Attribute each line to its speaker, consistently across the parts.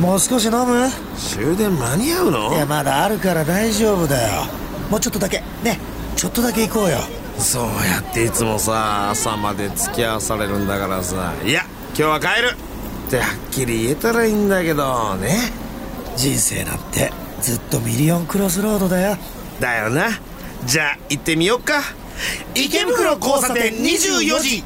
Speaker 1: もう少し飲む
Speaker 2: 終電間に合うの
Speaker 1: いやまだあるから大丈夫だよもうちょっとだけねちょっとだけ行こうよ
Speaker 2: そうやっていつもさ朝まで付き合わされるんだからさいや今日は帰るってはっきり言えたらいいんだけどね
Speaker 1: 人生なんてずっとミリオンクロスロードだよ
Speaker 2: だよなじゃあ行ってみよっか池袋交差点24時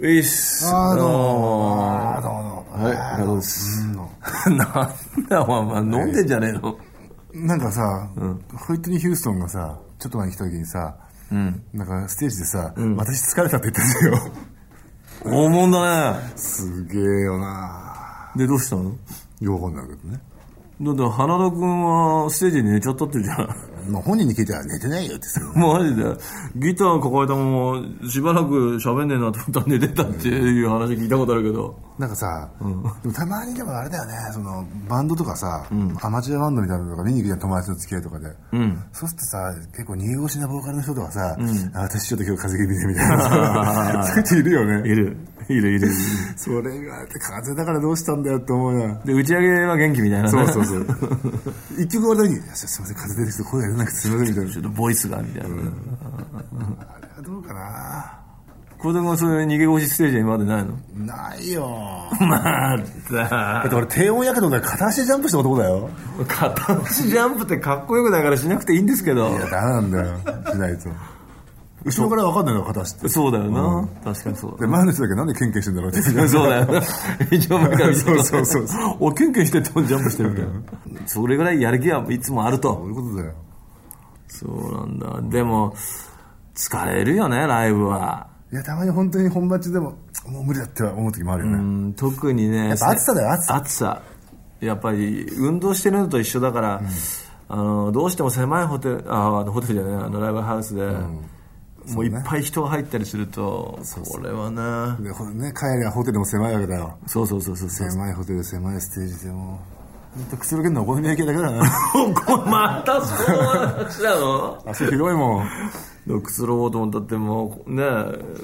Speaker 3: ういっす。
Speaker 4: あーどう
Speaker 3: も。
Speaker 4: どうもどうも
Speaker 3: はい、中野です。 なんだ、お前、飲んでんじゃねえの
Speaker 4: なんかさ、ホイットニー・ヒューストンがさ、ちょっと前に来た時にさ、なんかステージでさ、私疲れたって言ってたよ。
Speaker 3: 大物だね。
Speaker 4: すげえよな
Speaker 3: で、どうしたの
Speaker 4: よくわかんないけどね。
Speaker 3: だって、花田くんはステージに寝ちゃったってじゃん。
Speaker 4: まあ本人に聞いたら寝てないよってさ。
Speaker 3: マジで。ギター抱えたまま、しばらく喋んねえなと思ったら寝てたっていう話聞いたことあるけど。
Speaker 4: なんかさ、でもたまにでもあれだよね、そのバンドとかさ、アマチュアバンドみたいなのとか見に行くじゃん、友達の付き合いとかで。そうするとさ、結構逃げ腰なボーカルの人とかさ、あ私ちょっと今日風邪気味でみたいな さ、そういう人いるよね。
Speaker 3: いる。いるいる。
Speaker 4: それが、風邪だからどうしたんだよって思うな。
Speaker 3: で、打ち上げは元気みたいなね。
Speaker 4: そうそうそう。一曲終わった時に、いやすいません、風邪出てきて声が出なくてすいませんみたいな。
Speaker 3: ちょっとボイスが、みたいなね。
Speaker 4: どうかな
Speaker 3: 子供はそういう逃げ腰ステージは今までないの
Speaker 4: ないよ。
Speaker 3: また
Speaker 4: だって俺低温やけどだから片足でジャンプした男だよ。
Speaker 3: 片足ジャンプってかっこよくないからしなくていいんですけど
Speaker 4: いや、ダメなんだよ。しないと。後ろからわかんないの片足って。
Speaker 3: そうだよな、確かにそう
Speaker 4: で、前の人だけなんでケンケンしてんだろうって。そ
Speaker 3: そうだよ な一応向かい
Speaker 4: そうそうそう
Speaker 3: おキュンキュンしててもジャンプしてるみたいなそれぐらいやる気はいつもある
Speaker 4: う
Speaker 3: と
Speaker 4: いうことだよ。
Speaker 3: そうなんだでも疲れるよねライブはい
Speaker 4: や、たまに本当に本番中でも、もう無理だって思う時もあるよ
Speaker 3: う
Speaker 4: ね。
Speaker 3: ん特にね
Speaker 4: やっぱ暑さだよ暑さ
Speaker 3: 暑さやっぱり運動してるのと一緒だから、あのどうしても狭いホテルあホテルじゃないあのライブハウスで、もういっぱい人が入ったりするとこれはね
Speaker 4: で、ほらね、帰りはホテルも狭いわけだよ。
Speaker 3: そうそうそうそうそう
Speaker 4: 狭いホテル、狭いステージでもう、ほんとくつろげんのはお好み焼き屋だけだな。
Speaker 3: またその話なの
Speaker 4: 足広いもん。
Speaker 3: くつろごうと思ったってもうね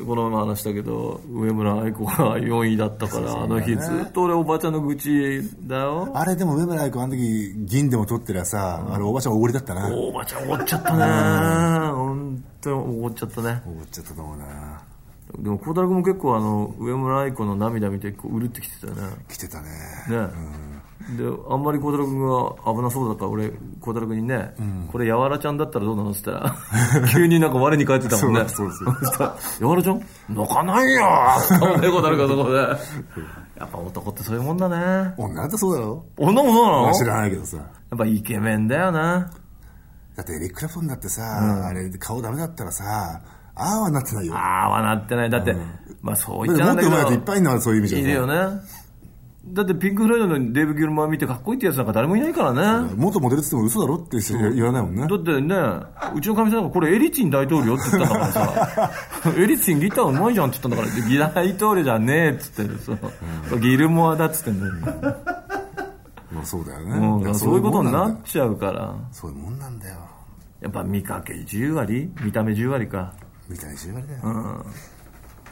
Speaker 3: この前も話したけど上村愛子が4位だったからあの日ずっと俺おばちゃんの愚痴だよ
Speaker 4: あれでも上村愛子あの時銀でも取ってりゃさ、あれおばちゃんおごりだったな。お
Speaker 3: おばちゃん怒っちゃったね本当に怒っちゃったね
Speaker 4: ごっちゃったと思うな。
Speaker 3: でも孝太郎君も結構あの上村愛子の涙見てこううるってきてたよね
Speaker 4: 来てたね。
Speaker 3: ね、であんまり孝太郎君が危なそうだから俺孝太郎君にね、これやわらちゃんだったらどうなのって言ったら 急になんか我に返ってたもんね
Speaker 4: そうそう
Speaker 3: そしたらやわらちゃん泣かないよ ーって孝太郎君がそこでやっぱ男ってそういうもんだね
Speaker 4: 女だってそうだろ
Speaker 3: 女もそうなの
Speaker 4: 知らないけどさ。
Speaker 3: やっぱイケメンだよな
Speaker 4: だってエリック・クラプトンだってさ、あれ顔ダメだったらさ、ああはなってないよ。
Speaker 3: ああはなってないだって、まあそう言っちゃ
Speaker 4: だ
Speaker 3: な
Speaker 4: っ
Speaker 3: ん
Speaker 4: て
Speaker 3: だけ
Speaker 4: もっ
Speaker 3: ど
Speaker 4: と上手いやついっぱいいんだからそういう意味じゃ
Speaker 3: いるよねだってピンク・フロイドのデーブ・ギルマー見てかっこいいってやつなんか誰もいないからね
Speaker 4: 元モデルって言っても嘘だろって人言わないもん
Speaker 3: だ。
Speaker 4: ね
Speaker 3: ってねうちのかみさんがこれエリツィン大統領って言ったんだ からさエリツィンギターうまいじゃんって言ったんだからギ大統領じゃねえっつってるさ、ギルモアだっつってん だよ、
Speaker 4: まあそうだよ
Speaker 3: もう
Speaker 4: ね。だから
Speaker 3: そういうことにな
Speaker 4: も
Speaker 3: っ
Speaker 4: んだ
Speaker 3: ちゃうから
Speaker 4: そういうもんなんだよ。
Speaker 3: やっぱ見かけ10割見た目10割か
Speaker 4: みたいにしわれだよ。だか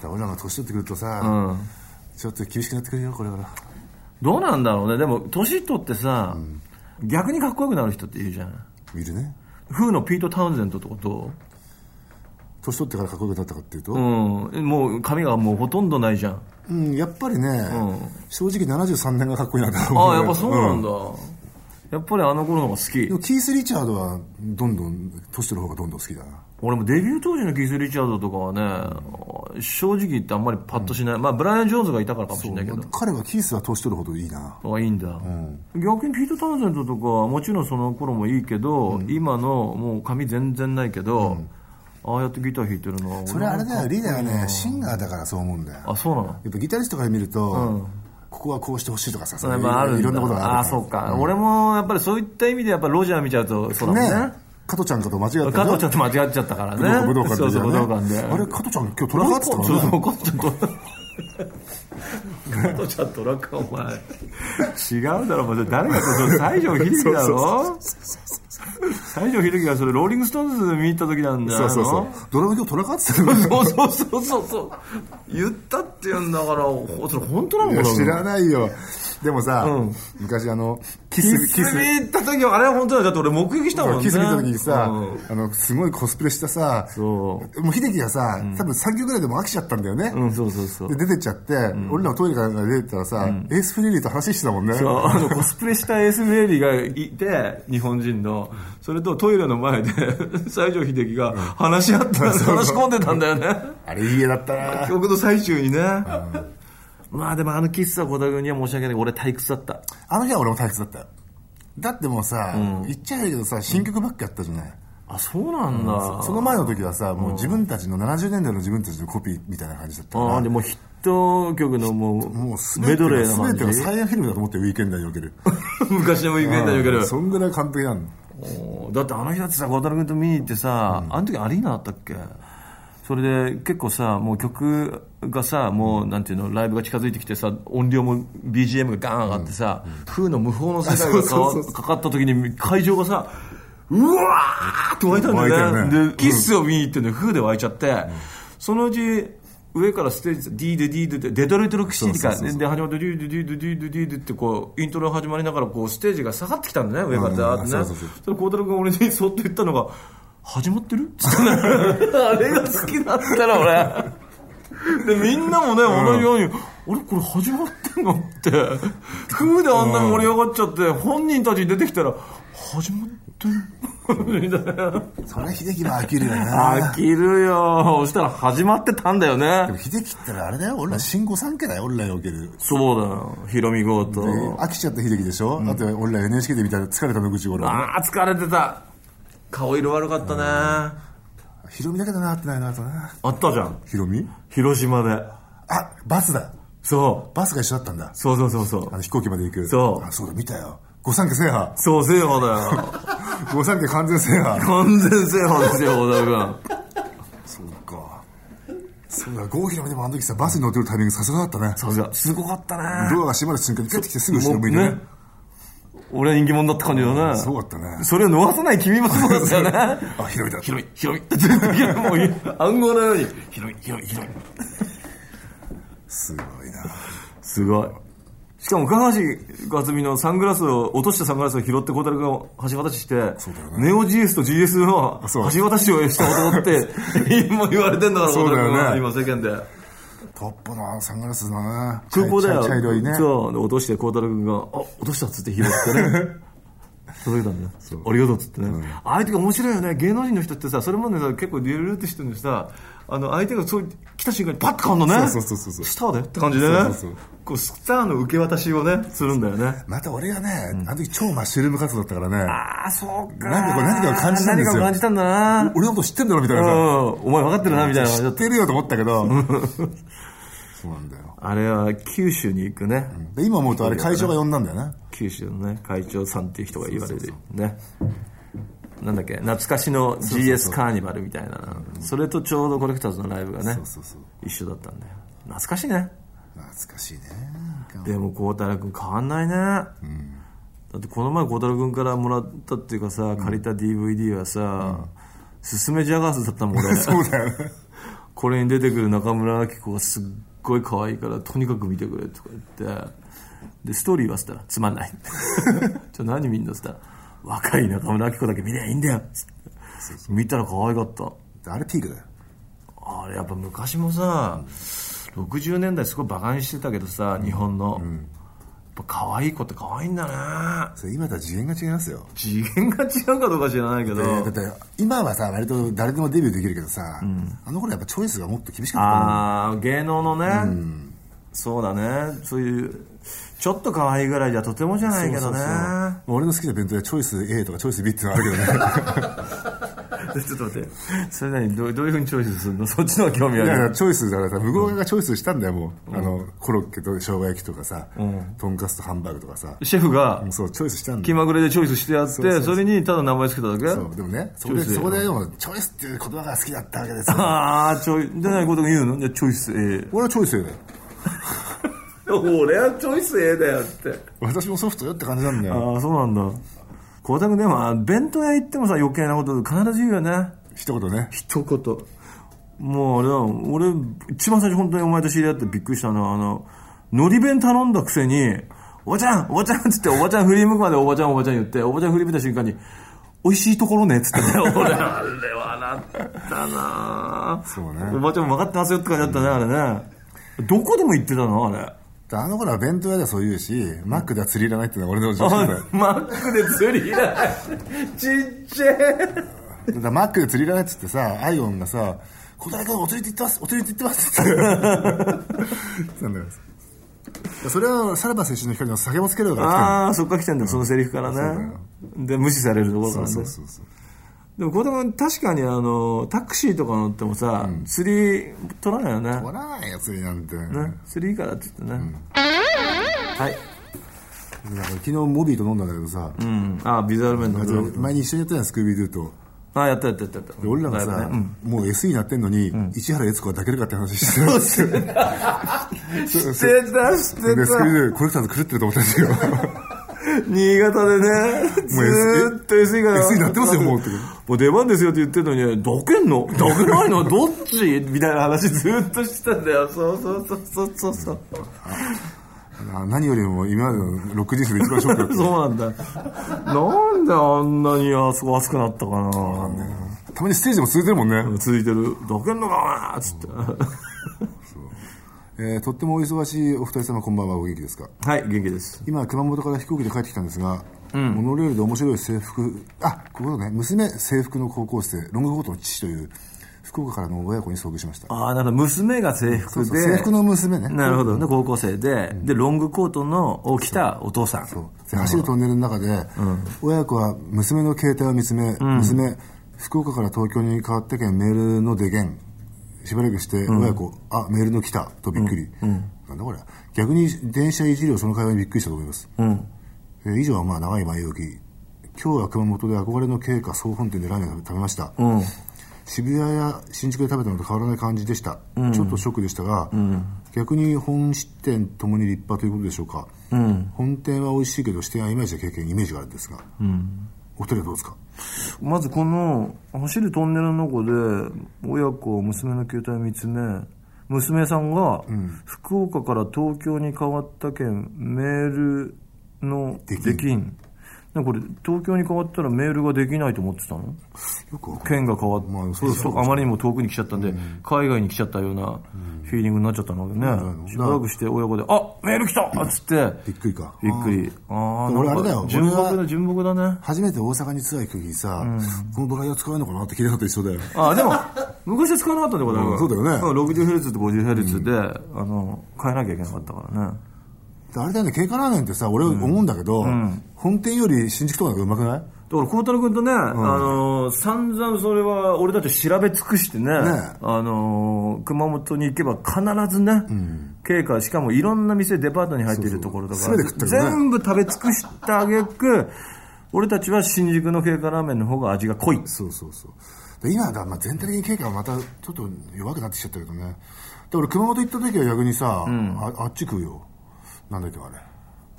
Speaker 4: ら俺らが年取ってくると
Speaker 3: う
Speaker 4: さ、
Speaker 3: ん
Speaker 4: ちょっと厳しくなってくるよ、これから。
Speaker 3: どうなんだろうねでも年取ってさ、逆にかっこよくなる人っているじゃん
Speaker 4: いるね。
Speaker 3: フーのピート・タウンゼントとかど
Speaker 4: 年取ってからかっこよくなったかっていうと、
Speaker 3: う、うん、もう髪がもうほとんどないじゃん
Speaker 4: うん、やっぱりね、正直73年がかっこいいなと
Speaker 3: あ
Speaker 4: 思
Speaker 3: あやっぱそうなん
Speaker 4: だ、
Speaker 3: だ、やっぱりあの頃の方が好き
Speaker 4: でもキース・リチャードはどんどん年取る方がどんどん好きだな
Speaker 3: 俺もデビュー当時のキース・リチャードとかはね、正直言ってあんまりパッとしない、まあブライアン・ジョーンズがいたからかもしれないけど
Speaker 4: 彼はキースは年取るほどいいな
Speaker 3: あいいんだ、逆にピート・タウンゼントとかはもちろんその頃もいいけど、今のもう髪全然ないけど、ああやってギター弾いてるのは俺
Speaker 4: それはあれだよリーダーはねシンガーだからそう思うんだよ
Speaker 3: あそうなの
Speaker 4: やっぱギタリストから見ると、ここはこうしてほしいとかさ
Speaker 3: そ
Speaker 4: そう
Speaker 3: れ
Speaker 4: いう
Speaker 3: もあるんだ
Speaker 4: いろんなことがあるから
Speaker 3: ああそうか、俺もやっぱりそういった意味でやっぱロジャー見ちゃうとそうだもんね
Speaker 4: ね加トちゃんかと間違った
Speaker 3: 加藤ちゃん
Speaker 4: ん
Speaker 3: と間違っちゃったからね
Speaker 4: 武道館
Speaker 3: そう
Speaker 4: でじ
Speaker 3: そ
Speaker 4: ゃ
Speaker 3: う
Speaker 4: あ
Speaker 3: 武道館で
Speaker 4: ねあれ加トちゃん今日トラかってたか
Speaker 3: そう
Speaker 4: ら
Speaker 3: そう、
Speaker 4: ね
Speaker 3: 怒っちゃった。加藤ちゃんとラ か、お前。違うだろ、お前。誰がそれ西城秀樹だろ西城秀樹がそれローリング・ストーンズ見に行った時なんだ
Speaker 4: そ
Speaker 3: よ
Speaker 4: うそうそうドラム今日トラかってたよ
Speaker 3: そうそうそうそうそう言ったって言うんだからほそれ本当なの
Speaker 4: い
Speaker 3: か
Speaker 4: や
Speaker 3: な
Speaker 4: 知らないよでもさ、
Speaker 3: うん
Speaker 4: 昔あのキ
Speaker 3: キ
Speaker 4: ス
Speaker 3: ス見に行った時はあれは本当だよだって俺目撃したもんね
Speaker 4: キス見た時にさ、
Speaker 3: うん
Speaker 4: あのすごいコスプレしたさ
Speaker 3: そ
Speaker 4: もう秀樹がさ、多分3曲ぐらいでも飽きちゃったんだよね、
Speaker 3: うんそうそうそう
Speaker 4: で出てっちゃって、俺らのトイレから出てったらさ、エースフレリーと話してたもんね
Speaker 3: そうあのコスプレしたエース・メリーがいて日本人のそれとトイレの 前で西城秀樹が話し合った、 話し込んでたんだよね
Speaker 4: あれいい絵だった な
Speaker 3: 曲の最中にねまあでもあのキスは小田君には申し訳ない俺退屈だった
Speaker 4: あの日は俺も退屈だったよだってもうさ、言っちゃうけどさ新曲ばっかやったじゃない、
Speaker 3: あそうなんだ、
Speaker 4: その前の時はさもう自分たちの70年代の自分たちのコピーみたいな感じだっ
Speaker 3: あ
Speaker 4: たか
Speaker 3: あで
Speaker 4: ら
Speaker 3: もうヒット曲のもう
Speaker 4: もうすべ
Speaker 3: メ
Speaker 4: て
Speaker 3: ドレ
Speaker 4: が
Speaker 3: ーな
Speaker 4: 全て
Speaker 3: 感
Speaker 4: が
Speaker 3: じ
Speaker 4: サイヤフィルムだと思ってウィーケンダーにおける
Speaker 3: 昔でも行くんだけど
Speaker 4: そんぐらい完璧なの
Speaker 3: おーだってあの日だってさ渡辺君と見に行ってさ、あの時アリーナだったっけそれで結構さもう曲がさもうなんていうのライブが近づいてきてさ音量も BGM がガーン上がってさ、風の無法の世界がかわかかった時に会場がさうわーって湧いたんだよ
Speaker 4: 湧い
Speaker 3: ね
Speaker 4: たよね
Speaker 3: でキスを見に行ってんのよ風で湧いちゃって、そのうち上からステージで D で D でデトロイト・ロックシティか
Speaker 4: そうそうそうそう
Speaker 3: で始まってデューデュデュデュデュデュデュってこうイントロ始まりながらこうステージが下がってきたんだね上からダーってね
Speaker 4: うんうんそうそうそう
Speaker 3: それ孝太郎君が俺にそっと言ったのが「始まってる?」っつったね あれが好きだったら俺でみんなもね同じように「あれこれ始まってんの?」って空であんなに盛り上がっちゃって本人たちに出てきたら「始まってる?」みたいな
Speaker 4: それは秀樹も飽きるよな
Speaker 3: 飽きるよそしたら始まってたんだよ
Speaker 4: で
Speaker 3: ね
Speaker 4: も秀樹ってのはあれだよ俺ら新御三家だよ俺らにおける
Speaker 3: そうだよヒロミゴーと
Speaker 4: 飽きちゃった秀樹でしょ、あと俺ら NHK で見たら疲れた野口五郎
Speaker 3: ああ疲れてた顔色悪かったね
Speaker 4: ヒロミだけだなってないなとな
Speaker 3: あったじゃん
Speaker 4: ヒロミ
Speaker 3: 広島で
Speaker 4: あバスだ
Speaker 3: そ
Speaker 4: バスが一緒だったんだ
Speaker 3: うそうそうそうそう
Speaker 4: あの飛行機まで行く
Speaker 3: そう
Speaker 4: あそうだ見たよ御三家制覇
Speaker 3: そう制覇だよ
Speaker 4: 御三家完全制覇
Speaker 3: 完全制覇ですよ小田君
Speaker 4: そうかそうだ郷ひろみでもあの時さバスに乗ってるタイミングさすがだったね
Speaker 3: さすがすごかったね
Speaker 4: ドアが閉まる瞬間に出てきてすぐ後ろ向いてね
Speaker 3: 俺は人気者だった感じだね
Speaker 4: すごかったね
Speaker 3: それを逃さない君もそうだったよね
Speaker 4: あヒロミだ
Speaker 3: ヒロミヒロミって言ってる時はもう 暗号のようにヒロミヒロミヒロミ
Speaker 4: すごいな
Speaker 3: すごいしかも香橋克美のサングラスを落としたサングラスを拾って小太郎君を橋渡しして、ネオ GS と GS の
Speaker 4: そう
Speaker 3: 橋渡しをした男って 今言われてんだから
Speaker 4: そうだよね
Speaker 3: 小太郎君は今世間で
Speaker 4: トップのサングラスだな
Speaker 3: 空港だよ。
Speaker 4: 茶茶色いね
Speaker 3: そう、で落として、孝太郎君が、あ、落としたっつって拾ってね。 届けたんだよ。ありがとうっつってね。ああいう時面白いよね。芸能人の人ってさ、それまでさ、結構デュルルってしてるのにさ、あの、相手がそう、来た瞬間にパッと変わんのね。
Speaker 4: そうそうそうそう
Speaker 3: スターだよって感じでね。
Speaker 4: そうそうそう
Speaker 3: こう、スターの受け渡しをね、するんだよね。
Speaker 4: また俺がね、あの時超マッシュルーム活動だったからね
Speaker 3: ああ、そうか。
Speaker 4: なんかこれ何かを感じたん
Speaker 3: 何
Speaker 4: ですよ
Speaker 3: かを感じたんだな。
Speaker 4: 俺のこと知ってんだろみたいうなんさ、、
Speaker 3: お前分かってるな、みたいな感じだ
Speaker 4: 知
Speaker 3: っ。
Speaker 4: ったてるよと思ったけどそうなんだよ
Speaker 3: あれは九州に行くね。
Speaker 4: で今思うとあれ会長が呼んだんだよね
Speaker 3: 九州のね会長さんっていう人が言われるねなんだっけ懐かしの GS カーニバルみたいなそれとちょうどコレクターズのライブがね
Speaker 4: そうそう
Speaker 3: 一緒だったんだよ懐かしいね
Speaker 4: 懐かしいね
Speaker 3: でも孝太郎君変わんないねだってこの前孝太郎君からもらったっていうかさ借りた DVD はさ「すすめジャガーズ」だったもん俺
Speaker 4: そうだよね
Speaker 3: これに出てくる中村明子がすっごい可愛いからとにかく見てくれとか言ってでストーリーはっつったらつま んないじゃあ何見んのっつったら若い中村明子だけ見りゃいいんだよつって見たら可愛かった
Speaker 4: あれピークだよ
Speaker 3: あれやっぱ昔もさ、60年代すごいバカにしてたけどさ日本の、やっぱ可愛い子って可愛いんだね
Speaker 4: それ今とは次元が違いますよ
Speaker 3: 次元が違うかどうか知らないけど、
Speaker 4: でだって今はさ割と誰でもデビューできるけどさ、あの頃やっぱチョイスがもっと厳しかったから
Speaker 3: ああ芸能のね、そうだねそういうちょっと可愛いぐらいじゃとてもじゃないけどね
Speaker 4: もう俺の好きな弁当屋チョイス A とかチョイス B っていうのあるけどね
Speaker 3: ちょっと待ってそれ何どうどういうふうにチョイスするのそっちの方が興味
Speaker 4: いやい
Speaker 3: あ
Speaker 4: や
Speaker 3: る
Speaker 4: チョイスだからさ向こう側がチョイスしたんだよもう、あのコロッケと生姜焼きとかさ、とんかつとハンバーグとかさ、
Speaker 3: シェフが
Speaker 4: そうチョイスしたんだ
Speaker 3: 気
Speaker 4: よ
Speaker 3: まぐれでチョイスしてやってそ
Speaker 4: そうそうそう
Speaker 3: れにただ名前つけただけ
Speaker 4: そうでもねそこで
Speaker 3: チョイス
Speaker 4: そこででもチョイスっていう言葉が好きだったわけですよ
Speaker 3: ああチョイスで何こと言うのじゃあチョイス A
Speaker 4: 俺はチョイス A だよ
Speaker 3: 俺はチョイス A だよって
Speaker 4: 私もソフトよって感じなんだよ
Speaker 3: ああそうなんだ光沢でも、弁当屋行ってもさ、余計なこと必ず言うよね。
Speaker 4: 一言ね
Speaker 3: 一言。もうあれだ、俺、一番最初本当にお前と知り合ってびっくりしたのは、あの、海苔弁頼んだくせに、おばちゃんおばちゃんっつって、おばちゃん振り向くまでおばちゃんおばちゃん言って、おばちゃん振り向いた瞬間に、美味しいところねっつって ね、俺、あれはなったなぁ
Speaker 4: そうね
Speaker 3: おばちゃんも分かってますよって感じだったね、あれね。どこでも行ってたのあれ。
Speaker 4: あの頃は弁当屋ではそう言うしマックでは釣りいらないっていうのは俺の常識だよ
Speaker 3: マックで釣りない。ちっちゃい。
Speaker 4: だからマックで釣りいらないっつってさアイオンがさ「小平君お釣りって言ってますお釣りって言ってます」って言ってたんだよそれはさらば青春の光の酒もつけるから来てんの
Speaker 3: ああ、そっから来てんだよ、そのセリフからね。で、無視されるところか
Speaker 4: そ
Speaker 3: ら
Speaker 4: う
Speaker 3: ね。
Speaker 4: そうそうそう
Speaker 3: でも子供確かにあのタクシーとか乗ってもさ、釣り取らないよね
Speaker 4: おらないや釣りなんて、
Speaker 3: ね釣りいいからって言ってね、はい、
Speaker 4: なんか昨日モビーと飲んだんだけどさ、
Speaker 3: うん、あビザールメンのブロ
Speaker 4: 前に一緒にやったじゃんスクービードゥーと
Speaker 3: あやったやったやったやった
Speaker 4: で俺らが
Speaker 3: だい
Speaker 4: さ、
Speaker 3: ぶね
Speaker 4: もう SE になってんのに、市原悦子が抱けるかって話してたんですよ
Speaker 3: うん、してたして
Speaker 4: でスクービ
Speaker 3: た
Speaker 4: ードゥーコレクターズ狂ってると思ったんですよ
Speaker 3: 新潟でねずーっと SE から
Speaker 4: SE になってますよもうって
Speaker 3: もう出番ですよって言ってるのにどけんのどけないのどっちみたいな話ずーっとしてたんだよそうそうそうそうそうそう
Speaker 4: あ何よりも今までのロック人生で一番ショックだった
Speaker 3: そうなんだなんであんなにあそこ熱くなったかな
Speaker 4: たまにステージも続いてるもんね、
Speaker 3: 続いてる「どけんのかお前!」っつって
Speaker 4: えーとってもお忙しいお二人様こんばんはお元気ですか
Speaker 3: はい元気です
Speaker 4: 今熊本から飛行機で帰ってきたんですが、モノレールで面白い制服あここだね娘制服の高校生ロングコートの父という福岡からの親子に遭遇しました
Speaker 3: ああなんか娘が制服で
Speaker 4: そう制服の娘ね
Speaker 3: なるほどね高校生で、でロングコートのを着たお父さん
Speaker 4: で走るトンネルの中で、親子は娘の携帯を見つめ、娘福岡から東京に変わったけんメールの出現しばらくして親子、あメールの来たとびっくり、なんだこれ逆に電車いじるをその会話にびっくりしたと思います、えー以上はまあ長い前置き今日は熊本で憧れの経過総本店でラーメンを食べました、渋谷や新宿で食べたのと変わらない感じでした、ちょっとショックでしたが、逆に本支店ともに立派ということでしょうか、本店は美味しいけど支店はいまいちな経験イメージがあるんですが、お二人はどうですか
Speaker 3: まずこの走るトンネルの中で親子を娘の携帯見つめ娘さんが、福岡から東京に変わった件メールの
Speaker 4: できん
Speaker 3: できんなんかこれ東京に変わったらメールができないと思ってたの
Speaker 4: よくわかんない
Speaker 3: 県が変わって、
Speaker 4: まあそうです
Speaker 3: そうあまりにも遠くに来ちゃったんで、海外に来ちゃったようなフィーリングになっちゃったのでね、しばらくして親子で「あメール来た!」っつって
Speaker 4: びっくりか
Speaker 3: びっくりああ
Speaker 4: 俺あれだよ
Speaker 3: 純朴
Speaker 4: 俺
Speaker 3: だ
Speaker 4: は
Speaker 3: 純朴だね
Speaker 4: 初めて大阪にツアー行く時にさ、このバカ屋使えるのかなって聞いたのと一緒だよ
Speaker 3: ああでも昔は使わなかったんだから、
Speaker 4: うんそうだよね
Speaker 3: ん、60Hz と 50Hz で、あの変えなきゃいけなかったからね
Speaker 4: であれだよね経過ラーメンってさ俺思うんだけど、本店より新宿とかの方がうまくない
Speaker 3: だから孝太郎君とね、あの散々それは俺だって調べ尽くしてねあの熊本に行けば必ずね、経過しかもいろんな店デパートに入っているところだから
Speaker 4: 全て食ってるね
Speaker 3: 全部食べ尽くしたあげく俺たちは新宿の経過ラーメンの方が味が濃い
Speaker 4: そうそうそうで今だ、まあ、全体的に経過がまたちょっと弱くなってきちゃったけどねで俺熊本行った時は逆にさ、ああっち食うよなんだっけあ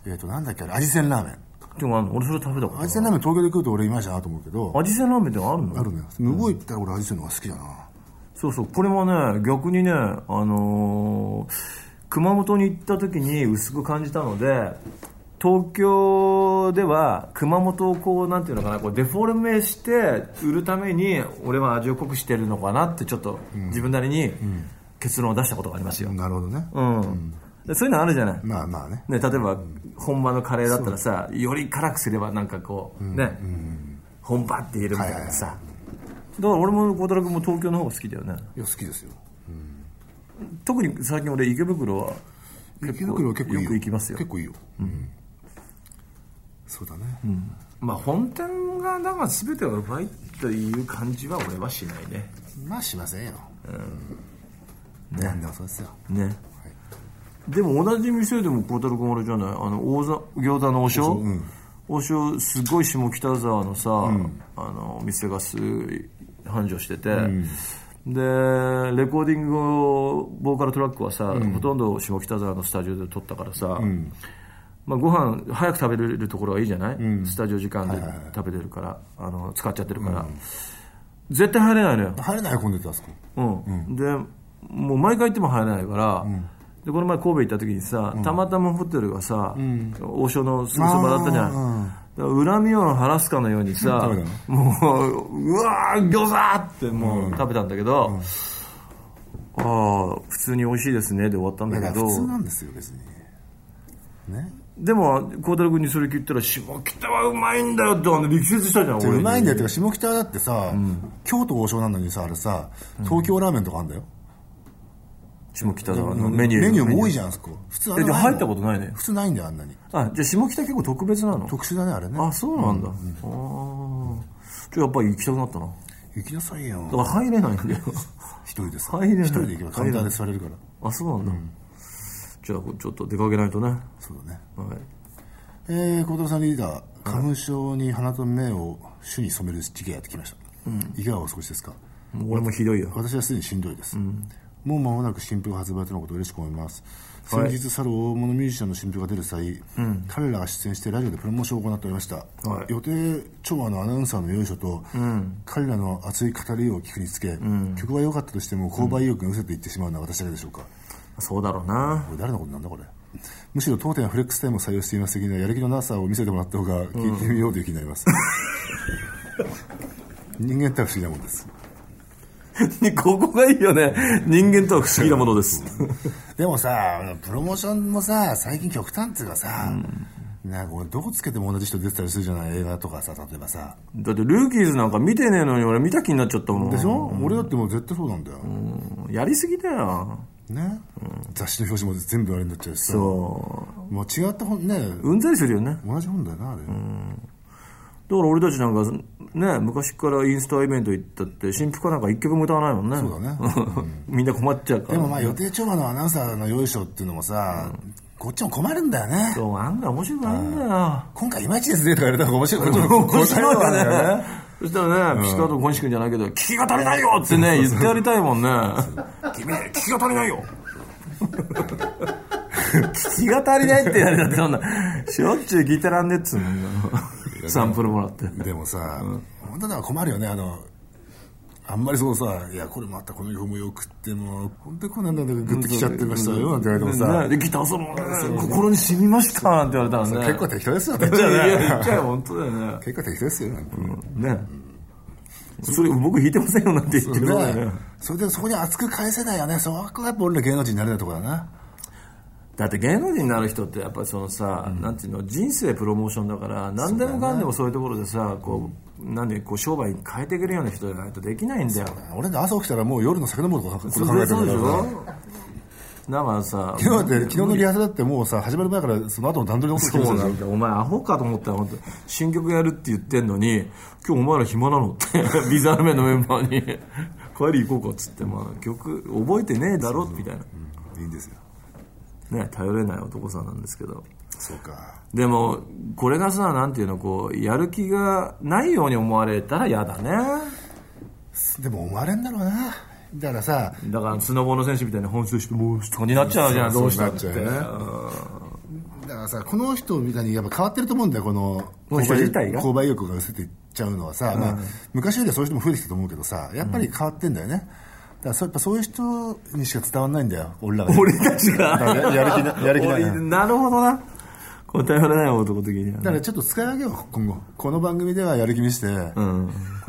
Speaker 4: れえっ、となんだっけあれ味仙ラーメン
Speaker 3: でもあの俺それ食べたことない
Speaker 4: 味仙ラーメン東京で食うと俺いまいちだなと思うけど
Speaker 3: 味仙ラーメンってあるの
Speaker 4: あるね向こう行ったら俺味仙の方が好きだな、
Speaker 3: そうそうこれもね逆にねあのー熊本に行った時に薄く感じたので東京では熊本をこうなんていうのかなこうデフォルメして売るために俺は味を濃くしてるのかなってちょっと自分なりに結論を出したことがありますよ、
Speaker 4: なるほどね、
Speaker 3: うんでそういうのあるじゃない、
Speaker 4: まあまあね
Speaker 3: ね、例えば本場のカレーだったらさより辛くすればなんかこう、ね、本場って言えるみたいなさ、だから俺も孝太郎君も東京の方が好きだよね
Speaker 4: いや好きですよ
Speaker 3: 特に最近俺池袋は
Speaker 4: 池袋は結構いいよ
Speaker 3: よく行きますよ
Speaker 4: 結構いいよ、そうだね、
Speaker 3: まあ本店がだから全てがうまいという感じは俺はしないね
Speaker 4: まあしませんよ、うん、なんでもそうですよ
Speaker 3: ね、でも同じ店でも孝太郎君あれじゃないあの大座餃子の王将王将すごい下北沢のさ、あのお店がすごい繁盛してて、でレコーディングをボーカルトラックはさ、ほとんど下北沢のスタジオで撮ったからさ、まあ、ご飯早く食べれるところがいいじゃない、スタジオ時間で食べてるから、あの使っちゃってるから、絶対入れないのよ、
Speaker 4: 入れない混んでてあそこ
Speaker 3: うんでもう毎回行っても入れないから、でこの前神戸行った時にさ、たまたまホテルがさ、王将のすぐそばだったじゃんだから恨みを晴らすかのようにさ、もう、うわー、餃子ってもう食べたんだけど、ああ、普通に美味しいですねで終わったんだ
Speaker 4: だ
Speaker 3: け
Speaker 4: から
Speaker 3: ど、
Speaker 4: 普通なんですよ別にね
Speaker 3: でも、孝太郎君にそれ聞いたら、下北はうまいんだよってあの力説したじゃん、
Speaker 4: で
Speaker 3: 俺。
Speaker 4: うまいんだよってか下北だってさ、京都王将なのにさあれさ東京ラーメンとかあんだよ、
Speaker 3: 下北だわ、メニュー。
Speaker 4: メニューも多い
Speaker 3: じ
Speaker 4: じゃんあそこ普通あ
Speaker 3: え、
Speaker 4: れ
Speaker 3: で
Speaker 4: ない
Speaker 3: 入ったことないね。
Speaker 4: 普通ないんだよあんなに
Speaker 3: あ、じゃあ下北結構特別なの
Speaker 4: 特殊だねあれね
Speaker 3: あ、そうなんだ。ああ。ちょ、やっぱり行きたくなったな。
Speaker 4: 行きなさいよ
Speaker 3: だから入れないんだ よ。
Speaker 4: 一人でさ
Speaker 3: 入れない
Speaker 4: 一人で行けばカウンターで座れるから
Speaker 3: あ、そうなんだ。じゃあ、ちょっと出かけないとね。は
Speaker 4: そうだね
Speaker 3: い。
Speaker 4: えー、小太郎さんリーダー花粉症に鼻と目を種に染める時期がやってきました、いかがお過ごしですか
Speaker 3: もう俺もひどいよ。
Speaker 4: 私はすでにしんどいです、もう間もなく新譜が発売とのことを嬉しく思います先日、去る大物ミュージシャンの新譜が出る際、彼らが出演してラジオでプロモーションを行っておりました、
Speaker 3: はい
Speaker 4: 予定調和のアナウンサーのよいしょと、彼らの熱い語りを聞くにつけ、曲は良かったとしても購買意欲が失せていってしまうのは私だけでしょうか、
Speaker 3: そうだろうな。
Speaker 4: これ誰のことなんだこれむしろ当店はフレックスタイムを採用しています的なやる気のなさを見せてもらった方が聞いてみようという気になり ます、人間って不思議なもんです
Speaker 3: ここがいいよね。人間とは不思議なもの です。
Speaker 4: でもさプロモーションもさ最近極端っていうかさ、なんかこれどこつけても同じ人出てたりするじゃない映画とかさ例えばさ
Speaker 3: だって、ルーキーズなんか見てねえのに俺見た気になっちゃったもん。
Speaker 4: でしょ、俺だってもう絶対そうなんだよ、
Speaker 3: やりすぎだよ。
Speaker 4: ね、雑誌の表紙も全部あれになっちゃうしさ
Speaker 3: そ
Speaker 4: もう違った本ね
Speaker 3: う。うんざりするよね。だか
Speaker 4: 同じ本だよなあれ、
Speaker 3: ら俺たちなんか、ね、昔からインスタイベント行ったって、新婦かなんか一曲も歌わないもんね。
Speaker 4: そうだ ね
Speaker 3: みんな困っちゃうから。
Speaker 4: でもまあ予定調和のアナウンサーのよいしょっていうのもさ、こっちも困るんだよね
Speaker 3: そう、案外面白くないんだよ。
Speaker 4: 今回いまいちですねとか言われたら面白い面
Speaker 3: 面白いよ ね。そしたらね、ピスカート小西君じゃないけど、聞きが足りないよってね、言ってやりたいもんね。君、聞きが足りないよ。聞きが足りないって言われたってそんな、しょっちゅう聞いてらんねえっつうもんな。サンプルもらって。
Speaker 4: でもさ、本当だから困るよねあのあんまりそうさ「いやこれもあったこの曲もよくってもう本当にこうなんだかグッときちゃってましたよ」なんて言われてもさ、
Speaker 3: ね、でギターソロもね心に染みましたなんて言われたらね
Speaker 4: 結構適当ですよね
Speaker 3: いやいや 言っちゃえ本当だよね
Speaker 4: 結構適当ですよなんて
Speaker 3: ねそれ僕弾いてませんよなんて言ってるから
Speaker 4: ね
Speaker 3: ね
Speaker 4: それでそこに熱く返せないよねそこがやっぱ俺ら芸能人になれないとこだな
Speaker 3: だって芸能人になる人ってやっぱりそのさ、なんていうの人生プロモーションだから何でもかんでもそういうところでさこうなんでこう商売に変えていけるような人じゃないとできないんだよ
Speaker 4: 俺ら朝起きたらもう夜の酒飲むこと考えて
Speaker 3: そ
Speaker 4: る
Speaker 3: う
Speaker 4: から
Speaker 3: そうでし
Speaker 4: さ
Speaker 3: ょだからさ
Speaker 4: 昨日だって昨日のリハーサルだってもうさ始まる前からその後の段取りのこと
Speaker 3: そ
Speaker 4: 聞
Speaker 3: う
Speaker 4: いて
Speaker 3: な
Speaker 4: た
Speaker 3: んだよお前アホかと思ったよ本当に新曲やるって言ってんのに今日お前ら暇なのって ビザールメンのメンバーに帰り行こうかっつって、まあ、曲覚えてねえだろみたい
Speaker 4: いいんですよ
Speaker 3: な、ね、頼れない男さんなんですけど
Speaker 4: そうか
Speaker 3: でもこれがさなんていうのこうやる気がないように思われたら嫌だね
Speaker 4: でも思われんだろうなだからさ
Speaker 3: だからスノボの選手みたいな本数してもうとかになっちゃうじゃん
Speaker 4: そう
Speaker 3: どうしたっ
Speaker 4: そ
Speaker 3: て
Speaker 4: うなっちゃだからさこの人みたいにやっぱ変わってると思うんだよこの
Speaker 3: この人自体が
Speaker 4: 購買意欲が失せていっちゃうのはさ、まあ、昔よりはそういう人も増えてきたと思うけどさやっぱり変わってんだよね、だからそうやっぱそういう人にしか伝わらないんだよ俺らが
Speaker 3: 俺たちが
Speaker 4: だからやる気な やる気ない
Speaker 3: 俺なるほどなこう頼れない男的には
Speaker 4: だからちょっと使い分けよう今後この番組ではやる気見して、こ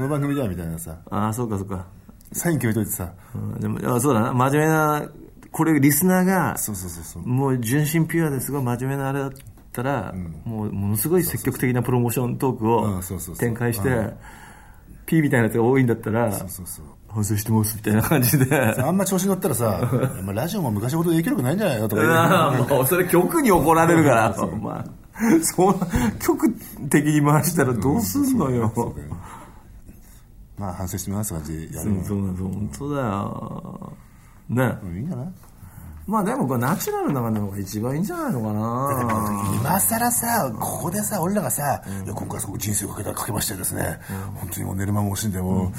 Speaker 4: の番組ではみたいなさ
Speaker 3: ああそうかそうか
Speaker 4: サイン決めといてさ
Speaker 3: うんでもあそうだな真面目なこれリスナーが
Speaker 4: そうそうそうそう
Speaker 3: もう純真ピュアですごい真面目なあれだったら、もうものすごい積極的なプロモーショントーク
Speaker 4: うんそうそうそ
Speaker 3: を
Speaker 4: う
Speaker 3: 展開して、
Speaker 4: う
Speaker 3: P みたいなやつが多いんだったら
Speaker 4: そうそうそう
Speaker 3: 反省してますみたいな感じで
Speaker 4: あんま調子乗ったらさ、まあラジオも昔ほど影響力ないんじゃないのとか言 う
Speaker 3: ああもうそれ局に怒られるからお前そう局的に回したらどうすんのよ、
Speaker 4: そうだよまあ反省してます感じでやるのが
Speaker 3: そうなんそう本当だよね
Speaker 4: うんいいんじゃない
Speaker 3: まあでもこれナチュラルな感じの方が一番いいんじゃないのかな
Speaker 4: 今更さここでさ俺らがさ、いや今回すごく人生をかけたかけましてですね、本当にもう寝る間も惜しんでもう、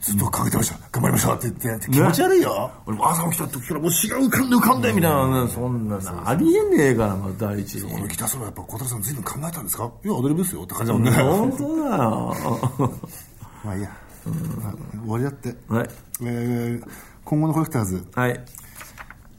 Speaker 4: ずっとかけてました、頑張りましょうって言って気持ち悪いよ、
Speaker 3: 俺も朝起きた時からもう違う浮かんで浮かんでみたいな、そんなさありえねえからまず第一に
Speaker 4: このギターソロやっぱ小太郎さん随分考えたんですかいやアドリブですよって感じだもんね、
Speaker 3: 本当だよ
Speaker 4: まあいいや、まあ終わりだって、
Speaker 3: はい
Speaker 4: えー今後のコレクターズ
Speaker 3: はい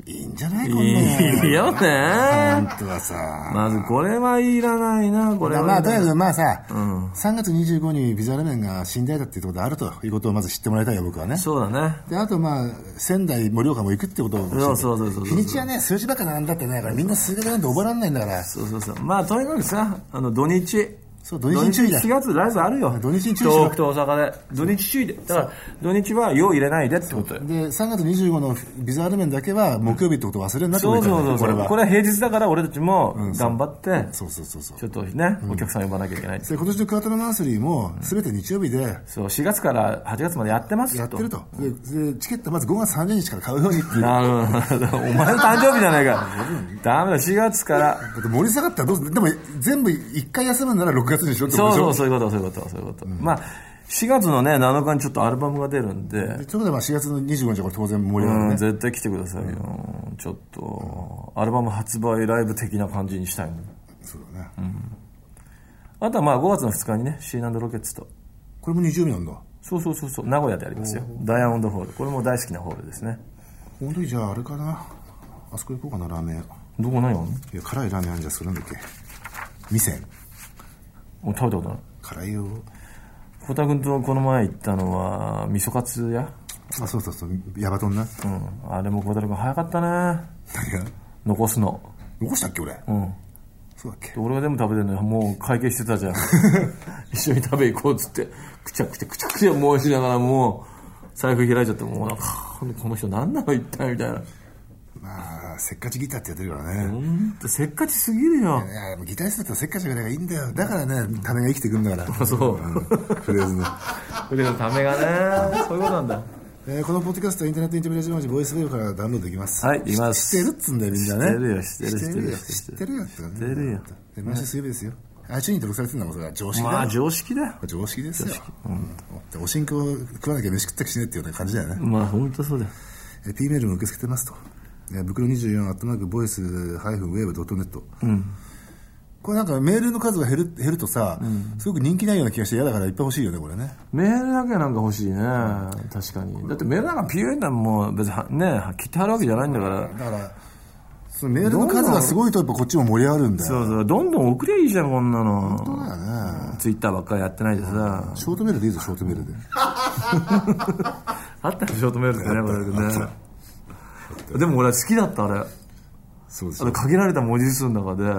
Speaker 4: いいんじゃないこん
Speaker 3: いい
Speaker 4: な
Speaker 3: よね
Speaker 4: 本当はさ
Speaker 3: まずこれはいらないなこれは
Speaker 4: まあ、とにかくまあさ、3月25にビザラメンが死んだだっていうことであるということをまず知ってもらいたいよ、僕はね。
Speaker 3: そうだね
Speaker 4: で、あとまあ、仙台、盛岡も行くってことを知って
Speaker 3: そうそうそうそう
Speaker 4: 日にちはね、数字ばっか並んだってないから、みんな数字なんて覚えられないんだから。
Speaker 3: そうそうそうまあとにかくさあの土日
Speaker 4: そう土日に注意だ
Speaker 3: 4月ライブあるよ
Speaker 4: 土日に注意しろ
Speaker 3: 東北と大阪で土日注意でだから土日は用入れないでってことよ
Speaker 4: で、3月25のビザラメンだけは木曜日ってことを忘れるなって
Speaker 3: そうそうそう
Speaker 4: こ
Speaker 3: こ
Speaker 4: れ
Speaker 3: れ
Speaker 4: は。
Speaker 3: はこれは平日だから俺たちも頑張って、
Speaker 4: そうそうそうそう
Speaker 3: ち。ょっとね、お客さん呼ばなきゃいけない
Speaker 4: で、今年のクアトラマンスリーも、すべて日曜日で、
Speaker 3: そう4月から8月までやってます
Speaker 4: やってると。で、でチケットまず5月30日から買うようにっていう。だ
Speaker 3: なるほど お前の誕生日じゃ ないかダメだ4月から
Speaker 4: って盛り下がったらどうするでも、全部一回休むなら6月にしろってこ
Speaker 3: そう
Speaker 4: とでしょ
Speaker 3: そうそういうことそういうことそういうこと、まあ4月のね7日にちょっとアルバムが出るんで、
Speaker 4: ということで、まあ、4月の25日はこれ当然盛り上
Speaker 3: う
Speaker 4: がる
Speaker 3: ん、
Speaker 4: ね。
Speaker 3: 絶対来てくださいよ、ちょっと、アルバム発売ライブ的な感じにしたいの
Speaker 4: そうだね。
Speaker 3: あとはまあ5月の2日にね C& ロケッツと
Speaker 4: これも日曜日なんだ。
Speaker 3: そうそうそうそう名古屋でありますよダイヤモンドホールこれも大好きなホールですね
Speaker 4: この時じゃあ、あれかな。あそこ行こうかな、ラーメン屋。
Speaker 3: どこ何あんの
Speaker 4: いや、辛いラーメンあるじゃん、それなんだっけ。店。
Speaker 3: 俺食べたことない
Speaker 4: 辛いよ。
Speaker 3: 小田君とこの前行ったのは味噌カツ屋
Speaker 4: あ、そうそうそう、ヤバトンな。
Speaker 3: うんあれも小田君早かったね
Speaker 4: 何が
Speaker 3: 残すの
Speaker 4: 残したっけ、俺。
Speaker 3: うん
Speaker 4: そうだっけ
Speaker 3: で。俺が全部食べてるのにもう会計してた じゃん一緒に食べ行こうっつってくちゃくちゃくちゃくちゃもうしながらもう財布開いちゃってもうなんかこの人何なの一体みたいな
Speaker 4: まあ、せっかちギターってやってるからね。
Speaker 3: せっかちすぎるよ
Speaker 4: いや、ギタリストだったらせっかちぐらいがいいんだよ。だからね、種が生きてくんだか ら。
Speaker 3: そう
Speaker 4: フレーズの。
Speaker 3: 腕のためがねそういうことなんだ
Speaker 4: えーこのポッドキャストはインターネットインタビューラジオマジボイスウェブからダウンロードできます。
Speaker 3: はいできま
Speaker 4: 知
Speaker 3: す
Speaker 4: ってるっつうんだよ、みんな
Speaker 3: 知
Speaker 4: ね。
Speaker 3: ってるよ知ってる
Speaker 4: 知ってるよ。
Speaker 3: 知
Speaker 4: 知
Speaker 3: っ
Speaker 4: ってて
Speaker 3: る
Speaker 4: る
Speaker 3: よ
Speaker 4: よ。
Speaker 3: 知ってるよ
Speaker 4: で、毎週水曜日ですよ。あ、中に登録されてるのもそれは常識だよ。
Speaker 3: まあ常識だよ
Speaker 4: 常識ですよ。でおしんこを食わなきゃ飯食ったりしねえっていうような感じだよね。
Speaker 3: まあ本当そうだよ
Speaker 4: えー P メールも受け付けてますと。えー袋24アットマークボイスハイフンウェーブドットネット。これなんかメールの数が減る減るとさ、すごく人気ないような気がして嫌だからいっぱい欲しいよね、これね。
Speaker 3: メールだけなんか欲しいね確かにだってメールなんかピューなんもう別にはね切ってはるわけじゃないんだから
Speaker 4: だから、そのメールの数がすごいとやっぱこっちも盛り上がるんだよ。
Speaker 3: そうそうどんどん送りゃいいじゃんこんなの
Speaker 4: そうだよね。
Speaker 3: ツイッターばっかりやってないでさ
Speaker 4: ショートメールでいいぞ、ショートメールで。
Speaker 3: あったでしょ、ショートメールってね、これね。でも俺は好きだった、あれ。あ
Speaker 4: そうです
Speaker 3: の限られた文字数の中
Speaker 4: だ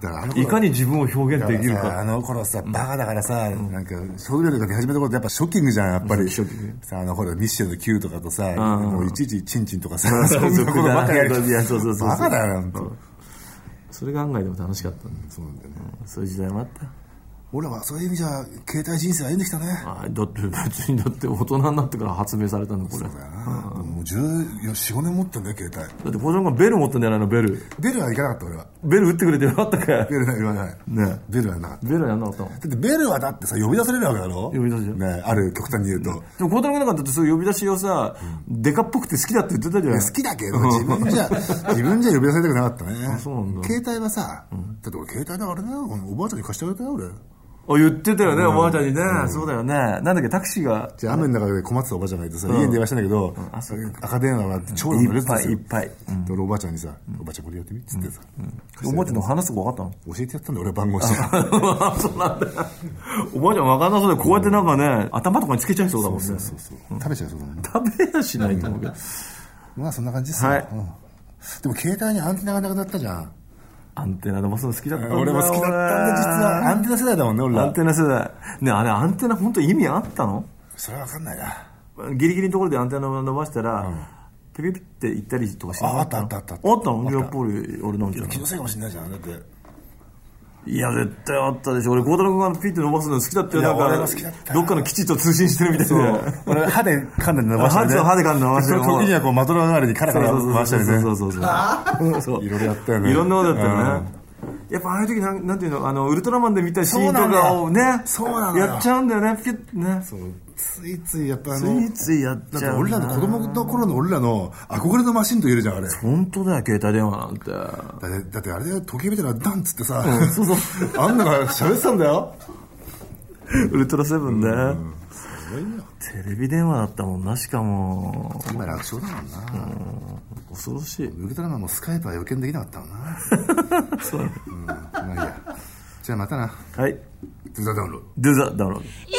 Speaker 4: からあの
Speaker 3: で、
Speaker 4: 頃
Speaker 3: いかに自分を表現できる
Speaker 4: だから
Speaker 3: か。
Speaker 4: あの頃さ、バカだからさ、なんか、ショートメールが出始めたことやっぱショッキングじゃん、やっぱり。
Speaker 3: ショッキン
Speaker 4: さ、あの頃、ミッシェルの Q とかとさ、もういちいちチンチンとかさ、
Speaker 3: そ
Speaker 4: そ
Speaker 3: うん
Speaker 4: なことばっかりやる
Speaker 3: いやそうそうそうそう
Speaker 4: バカだよ、本当
Speaker 3: それが案外でも楽しかったんです。
Speaker 4: そうなんだよね。
Speaker 3: そういう時代もあった。
Speaker 4: 俺はそういう意味じゃ、携帯人生歩んできたね。
Speaker 3: あだって 別に、だって大人になってから発明されたんだ、これ。だ
Speaker 4: だよなもう14、5年持ってんだよ、携帯。
Speaker 3: って、小島君ベル持ったんじゃないの、ベル。
Speaker 4: ベルはいかなかった、俺は。
Speaker 3: ベル打ってくれてよかったかい
Speaker 4: ベ。ルは言わない。
Speaker 3: ね
Speaker 4: ベルはなかった。
Speaker 3: ベルやんなかったの。
Speaker 4: だってベルはだってさ、呼び出されるわけだろ
Speaker 3: 呼び出すよ
Speaker 4: ねある、極端に言うと。
Speaker 3: でも、孝太郎君なんかだってそういう呼び出しをさ、デカっぽくて好きだって言ってたじゃない
Speaker 4: 好きだけど、自分じゃ、自分じゃ呼び出されたくなかったね。
Speaker 3: そうなんだ
Speaker 4: 携帯はさ、だって俺携帯だからね、おばあちゃんに貸してあげたよ、俺。
Speaker 3: あ、言ってたよね、おばあちゃんにね。そうだよね。なんだっけ、タクシーが。
Speaker 4: じゃあ雨の中で困ってたおばあちゃんがいてさ、家に電話したんだけど、赤電話があって長男の列ですよ。
Speaker 3: いっぱいいっぱ
Speaker 4: で俺おばあちゃんにさ、おばあちゃんこれやってみっつってさ、
Speaker 3: おばあちゃんの話すとこ分かったの
Speaker 4: 教えてやったんだよ、俺番号して。
Speaker 3: そうなんだ。おばあちゃんわかんなそうで、こうやってなんかね、頭とかにつけちゃいそうだもんね。
Speaker 4: そうそう。食べちゃうそうだね。
Speaker 3: 食べやしないと思うけど。
Speaker 4: まあそんな感じですよ。
Speaker 3: はい
Speaker 4: うんでも携帯にアンテナがなくなったじゃん。
Speaker 3: アンテナ伸ばすの好きだったんだ
Speaker 4: 俺も好きだったんだ、実は。アンテナ世代だもんね、俺
Speaker 3: 俺ア
Speaker 4: ら
Speaker 3: ン。テナ世代。ねあれ、アンテナ本当意味あったの
Speaker 4: それはわかんないな。
Speaker 3: ギリギリのところでアンテナを伸ばしたら、ピピピって行ったりとかしてなか
Speaker 4: ああったあったあった
Speaker 3: あったのやっぱり俺なんじゃない
Speaker 4: 気のせいかもしれないじゃん。だって。
Speaker 3: いや、絶対あったでしょ。俺、孝太郎君がピッて伸ばすの好きだったよ。
Speaker 4: い
Speaker 3: な
Speaker 4: や
Speaker 3: んか、
Speaker 4: 俺も好きだった
Speaker 3: どっかの基地と通信してるみたいな。
Speaker 4: 俺、歯で噛んだり伸ば
Speaker 3: したりね
Speaker 4: 歯で噛んだり伸ばしたり。
Speaker 3: その時に
Speaker 4: はこう、まとら代わりにカラ
Speaker 3: そうそう
Speaker 4: 回
Speaker 3: そう
Speaker 4: ね。
Speaker 3: そうそうそうそうそう
Speaker 4: いろいろやったよね
Speaker 3: いろんなことやったよねやっぱああいう時なんなんていうのあのウルトラマンで見たシーンとかをね
Speaker 4: そうなのよそうなのよ
Speaker 3: やっちゃうんだよねピュッてね
Speaker 4: そうついついやっぱあ
Speaker 3: つ
Speaker 4: の
Speaker 3: いついやっ
Speaker 4: だっ
Speaker 3: ち
Speaker 4: て
Speaker 3: ゃう
Speaker 4: 俺らの子供の頃の俺らの憧れのマシンと言えるじゃんあれだ
Speaker 3: 本当だよ携帯電話なんてう
Speaker 4: ってだってあれだよ時計見たらダンっつってさ、
Speaker 3: んそうそう
Speaker 4: あんなが喋ってたんだよ
Speaker 3: ウルトラセブンね、テレビ電話だったもんなしかも
Speaker 4: 今楽勝だもんな、
Speaker 3: 恐ろしい
Speaker 4: ウルトラマンもスカイプは予見できなかったもんな そう、うん、まあいいやじゃあまたな
Speaker 3: はい
Speaker 4: デザダウンロード
Speaker 3: Do the download
Speaker 5: You